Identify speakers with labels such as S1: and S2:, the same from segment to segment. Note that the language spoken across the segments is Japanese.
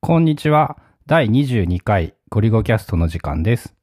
S1: こんにちは。第22回ゴリゴキャストの時間です。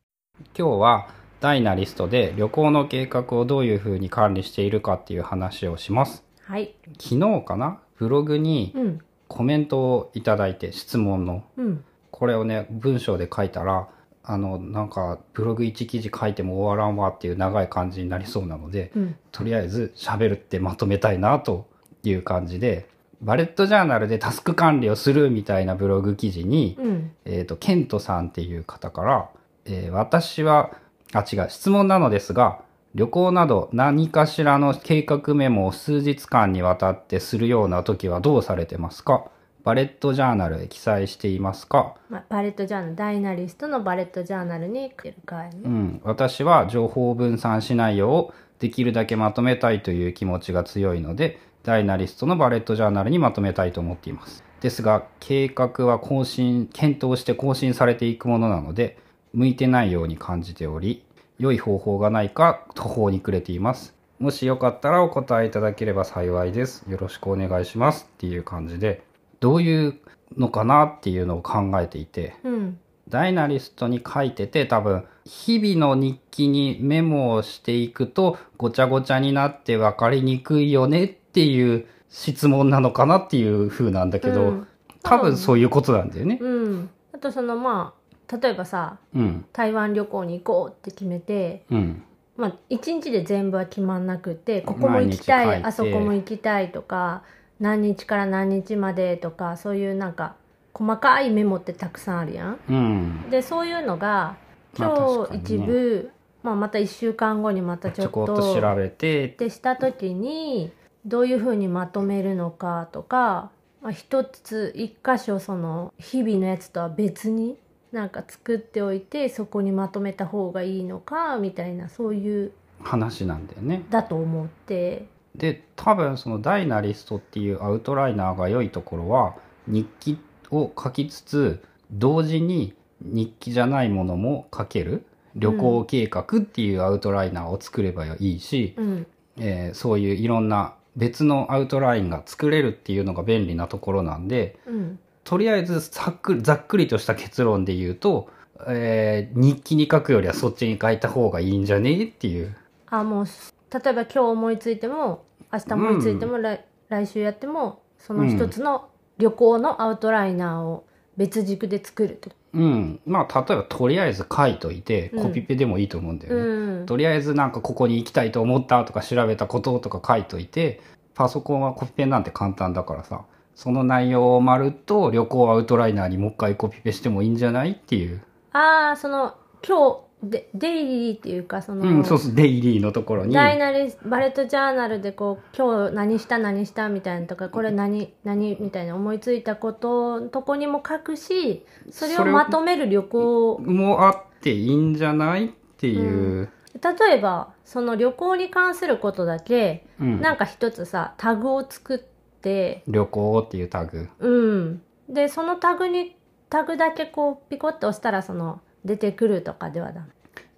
S1: 今日はダイナリストで旅行の計画をどういうふうに管理しているかっていう話をします。
S2: はい。
S1: 昨日かなブログに
S2: うん。
S1: コメントをいただいて質問の
S2: うん。
S1: これをね文章で書いたらあのなんかブログ1記事書いても終わらんわっていう長い感じになりそうなので
S2: うん。
S1: とりあえず喋るってまとめたいなという感じでバレットジャーナルでタスク管理をするみたいなブログ記事に、
S2: うん。
S1: えー、とケントさんっていう方から、えー私はあ違う質問なのですが旅行など何かしらの計画メモを数日間にわたってするような時はどうされてますかバレットジャーナルへ記載していますか
S2: まあ、バレットジャーナル、ダイナリストのバレットジャーナルに来てるかいね。
S1: うん、私は情報を分散しないようできるだけまとめたいという気持ちが強いのでダイナリストのバレットジャーナルにまとめたいと思っていますですが計画は更新検討して更新されていくものなので向いてないように感じており良い方法がないか途方に暮れていますもしよかったらお答えいただければ幸いですよろしくお願いしますっていう感じでどういうのかなっていうのを考えていて
S2: うん。
S1: ダイナリストに書いてて多分日々の日記にメモをしていくとごちゃごちゃになって分かりにくいよねっていう質問なのかなっていう風なんだけど、
S2: うん
S1: 多分そういうことなんだよね。
S2: うん。あとそのまあ、例えばさ、
S1: うん、
S2: 台湾旅行に行こうって決めて、
S1: うん、
S2: まあ、一日で全部は決まんなくて、ここも
S1: 毎
S2: 行きた
S1: 日書い
S2: い、
S1: て
S2: あそこも行きたいとか、何日から何日までとか、そういうなんか、細かいメモってたくさんあるやん。
S1: うん、
S2: で、そういうのが、
S1: まあ
S2: 今
S1: 確か
S2: 日
S1: に
S2: 一
S1: ね
S2: 部、まあ、また一週間後にまたち
S1: ち
S2: ょ
S1: ょ
S2: っ。
S1: ことっと調べて
S2: っ、てした時にどういうふうにまとめるのかとか、まあ、一つ一箇所その日々のやつとは別になんか作っておいてそこにまとめた方がいいのかみたいなそういう
S1: 話なんだよね。
S2: だと思って
S1: で多分そのダイナリストっていうアウトライナーが良いところは日記を書きつつ同時に日記じゃないものも書ける旅行計画っていうアウトライナーを作ればいいし、
S2: うん
S1: えーそういういろんな別のアウトラインが作れるっていうのが便利なところなんで
S2: うん
S1: とりあえずざっくりざっくりとした結論で言うと、えー日記に書くよりはそっちに書いた方がいいんじゃねっていう。
S2: あもう例えば今日思いついても明日思いついても、来来週やってもその一つの旅行のアウトライナーを別軸で作ると。
S1: うん、まあ例えばとりあえず書いといて
S2: うん
S1: コピペでもいいと思うんだよ
S2: う
S1: ね、
S2: ん
S1: とりあえずなんかここに行きたいと思ったとか調べたこととか書いといてパソコンはコピペなんて簡単だからさその内容を丸と旅行アウトライナーにもう一回コピペしてもいいんじゃないっていう、
S2: ああその今日でデイリーっていうかその、
S1: うん、そうそうデイリーのところに
S2: ダイナリスバレットジャーナルでこう今日何した何したみたいなとかこれ何何みたいな思いついたことのとこにも書くしそれ
S1: そ
S2: を
S1: れを
S2: まとめる旅行
S1: もあっていいんじゃないっていう、
S2: 例えばその旅行に関することだけ
S1: うん
S2: なんか一つさタグを作って
S1: 旅行っていうタグ
S2: うんでそのタグにタグだけこうピコッと押したらその出てくるとかではだ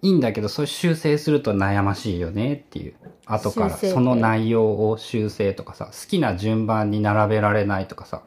S1: いいんだけどそれ修正すると悩ましいよねっていう後から
S2: 修正
S1: その内容を修正とかさ好きな順番に並べられないとかさ、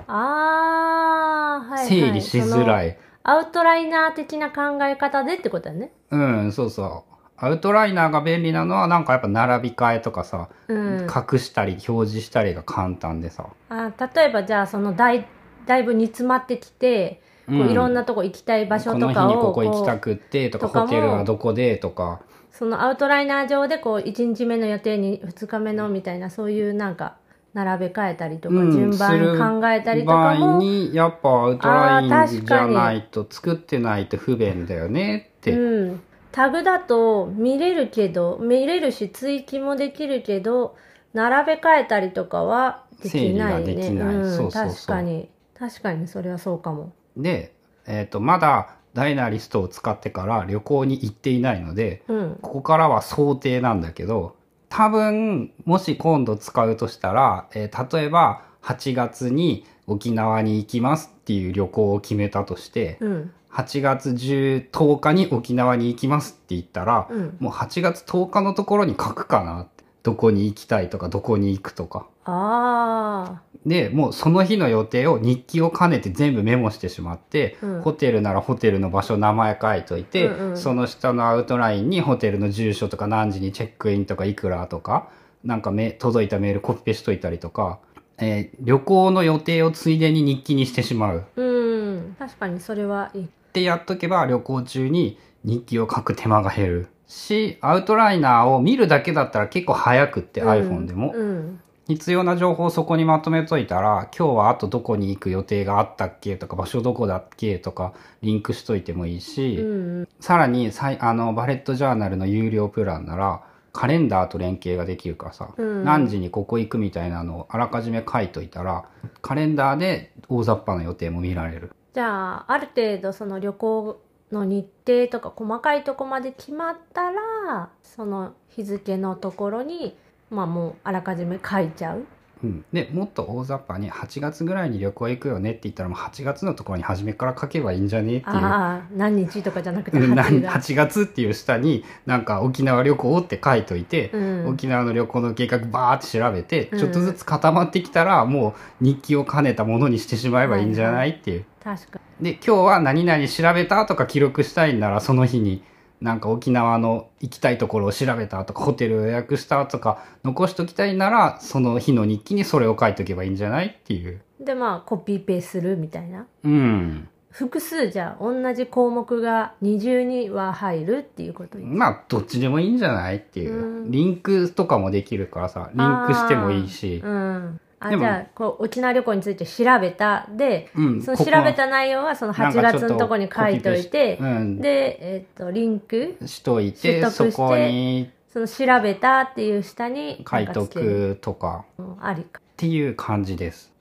S2: あーはい、はい、
S1: 整理しづ
S2: その
S1: らい
S2: アウトライナー的な考え方でってことだね。
S1: うんそうそうアウトライナーが便利なのはなんかやっぱ並び替えとかさ、
S2: うん。
S1: 隠したり表示したりが簡単でさ、
S2: あ例えばじゃあそのだいだいぶ煮詰まってきて、こう
S1: うん
S2: いろんなとこ行きたい場所
S1: ことの日
S2: か
S1: に
S2: を
S1: ここ行きたくってとか
S2: とかも
S1: ホテルはどこでとか
S2: こうそのアウトライナー上でこう1日目の予定に2日目のみたいなそういうなんか並べ替えたりとか、
S1: うん
S2: 順
S1: する
S2: 番考えたりと
S1: 場
S2: か
S1: 合
S2: も、
S1: にやっぱアウトライ
S2: あ
S1: ン
S2: ー確
S1: じゃ
S2: かに
S1: ないと作ってないと不便だよねって、
S2: うん、タグだと見れるけど見れるし追記もできるけど並べ替えたりとかはできない
S1: 整理
S2: ね。
S1: ができない
S2: うん、
S1: そうそうそう
S2: 確かに確かにそれはそうかも。
S1: で、えー、とまだダイナリストを使ってから旅行に行っていないので
S2: うん
S1: ここからは想定なんだけど多分もし今度使うとしたら、えー例えば8月に沖縄に行きますっていう旅行を決めたとして
S2: うん
S1: 8月10 10日に沖縄に行きますって言ったら
S2: うん
S1: もう8月10日のところに書くかなってどこに行きたいとか、どこに行くとか。
S2: あ
S1: で、もうその日の予定を日記を兼ねて全部メモしてしまって、
S2: うん
S1: ホテルならホテルの場所、名前書いといて、
S2: うんうん
S1: その下のアウトラインにホテルの住所とか何時にチェックインとかいくらとか、なんかめ届いたメールコピペしといたりとか、えー旅行の予定をついでに日記にしてしまう。
S2: あうん確かにそれはいい
S1: ってやっとけば旅行中に日記を書く手間が減る。し、アウトライナーを見るだけだったら結構早くって、iPhone でも。
S2: うん
S1: 必要な情報をそこにまとめといたら、今日はあとどこに行く予定があったっけとか、場所どこだっけとか、リンクしといてもいいし、
S2: うんうん
S1: さらにさい、あの、バレットジャーナルの有料プランなら、カレンダーと連携ができるからさ、
S2: うん
S1: 何時にここ行くみたいなのをあらかじめ書いといたら、カレンダーで大雑把な予定も見られる。
S2: じゃあある程度その旅行の日程とか細かいとこまで決まったらその日付のところにまあもうあらかじめ書いちゃう
S1: うん、でもっと大雑把に8月ぐらいに旅行行くよねって言ったらもう8月のところに初めから書けばいいんじゃねっていう
S2: ああ何日とかじゃなくて
S1: うんなん
S2: 8月
S1: 8月っていう下になんか沖縄旅行って書いといて、
S2: うん、
S1: 沖縄の旅行の計画バーって調べて、
S2: うん
S1: ちょっとずつ固まってきたらもう日記を兼ねたものにしてしまえばいいんじゃないっていう。
S2: 確か
S1: で今日は何々調べたとか記録したいんならその日になんか沖縄の行きたいところを調べたとかホテルを予約したとか残しときたいならその日の日記にそれを書いとけばいいんじゃないっていう。
S2: にでまあコピペするみたいな
S1: うん。
S2: 複数じゃあ同じ項目が二重には入るっていうことに
S1: まあどっちでもいいんじゃないっていう、
S2: うん
S1: リンクとかもできるからさリンクしてもいいし
S2: う、んあ
S1: で
S2: じ
S1: も
S2: ゃあこう沖縄旅行について調べたで
S1: うん
S2: その調べた内容はその
S1: なん
S2: 8
S1: かちょっ
S2: 月のとこに書いとい
S1: コピペ
S2: て
S1: しうん、
S2: で、えっとリンク
S1: しとい
S2: 取
S1: て
S2: 得して
S1: そこに
S2: その調べたっていう下に
S1: 書いと
S2: なんかつける
S1: くとか
S2: うんありか
S1: っていう感じです。